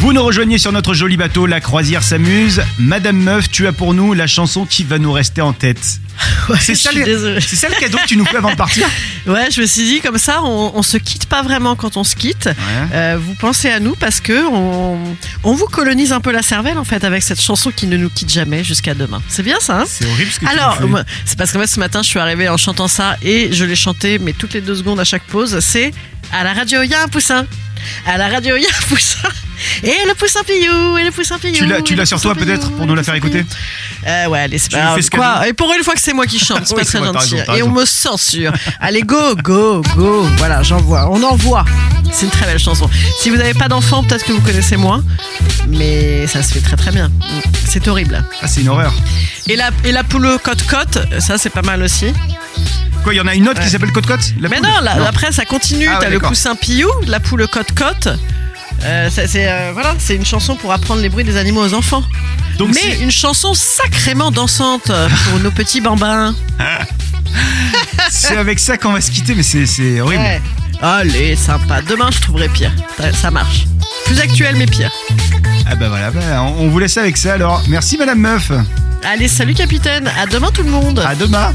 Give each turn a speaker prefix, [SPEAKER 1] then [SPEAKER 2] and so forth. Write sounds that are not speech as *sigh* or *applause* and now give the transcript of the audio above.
[SPEAKER 1] Vous nous rejoignez sur notre joli bateau, la croisière s'amuse. Madame Meuf, tu as pour nous la chanson qui va nous rester en tête.
[SPEAKER 2] *laughs* Ouais,
[SPEAKER 1] C'est
[SPEAKER 2] je
[SPEAKER 1] ça,
[SPEAKER 2] suis
[SPEAKER 1] les-
[SPEAKER 2] désolée.
[SPEAKER 1] c'est ça le cadeau que tu nous fais avant de
[SPEAKER 2] *laughs*
[SPEAKER 1] partir
[SPEAKER 2] Ouais, je me suis dit comme ça, on, on se quitte pas vraiment quand on se quitte. Euh, vous pensez à nous parce que on, on vous colonise un peu la cervelle en fait avec cette chanson qui ne nous quitte jamais jusqu'à demain. C'est bien ça. hein
[SPEAKER 1] C'est horrible ce que
[SPEAKER 2] Alors,
[SPEAKER 1] tu nous fais.
[SPEAKER 2] moi, c'est parce que moi ce matin je suis arrivée en chantant ça et je l'ai chanté, mais toutes les deux secondes à chaque pause, c'est à la radio il y a un poussin, à la radio il y a un poussin. Et le poussin pillou, et le poussin pillou.
[SPEAKER 1] Tu l'as- tu
[SPEAKER 2] et le
[SPEAKER 1] l'as sur
[SPEAKER 2] poussin
[SPEAKER 1] toi, peut-être,
[SPEAKER 2] pillou,
[SPEAKER 1] pour
[SPEAKER 2] et
[SPEAKER 1] nous
[SPEAKER 2] le
[SPEAKER 1] la faire
[SPEAKER 2] poussin
[SPEAKER 1] écouter
[SPEAKER 2] pillou. Euh, ouais, allez, c'est
[SPEAKER 1] lui
[SPEAKER 2] pas
[SPEAKER 1] fais ce
[SPEAKER 2] grave.
[SPEAKER 1] cadeau.
[SPEAKER 2] Quoi Et pour une fois que c'est moi
[SPEAKER 1] *laughs*
[SPEAKER 2] qui chante, c'est
[SPEAKER 1] Oui,
[SPEAKER 2] pas
[SPEAKER 1] c'est
[SPEAKER 2] très
[SPEAKER 1] vrai, t'as
[SPEAKER 2] gentil.
[SPEAKER 1] raison, t'as
[SPEAKER 2] et on me censure. Allez, go, go, go. Voilà, j'envoie. On envoie. C'est une très belle chanson. Si vous n'avez pas d'enfant, peut-être que vous connaissez moins. Mais ça se fait très très bien. C'est horrible.
[SPEAKER 1] Ah, c'est une horreur.
[SPEAKER 2] Et la, et la poule cote-cote, ça c'est pas mal aussi.
[SPEAKER 1] Quoi, il y en a une autre qui
[SPEAKER 2] Ouais.
[SPEAKER 1] s'appelle Côte-Côte La
[SPEAKER 2] Mais
[SPEAKER 1] poule
[SPEAKER 2] non, là, après ça continue.
[SPEAKER 1] Ah ouais,
[SPEAKER 2] T'as le
[SPEAKER 1] d'accord.
[SPEAKER 2] poussin pillou, la poule cote-cote. Euh, ça, c'est euh, voilà, c'est une chanson pour apprendre les bruits des animaux aux enfants.
[SPEAKER 1] Donc,
[SPEAKER 2] Mais
[SPEAKER 1] c'est-
[SPEAKER 2] une chanson sacrément dansante pour nos petits bambins.
[SPEAKER 1] c'est avec ça qu'on va se quitter, mais c'est- c'est horrible.
[SPEAKER 2] Ouais. Allez, sympa. Demain, je trouverai pire. Ça- Ça marche. Plus actuel, mais pire.
[SPEAKER 1] Ah bah voilà, bah, on on vous laisse avec ça alors. Merci Madame Meuf.
[SPEAKER 2] Allez, salut, capitaine. À demain, tout le monde.
[SPEAKER 1] À demain.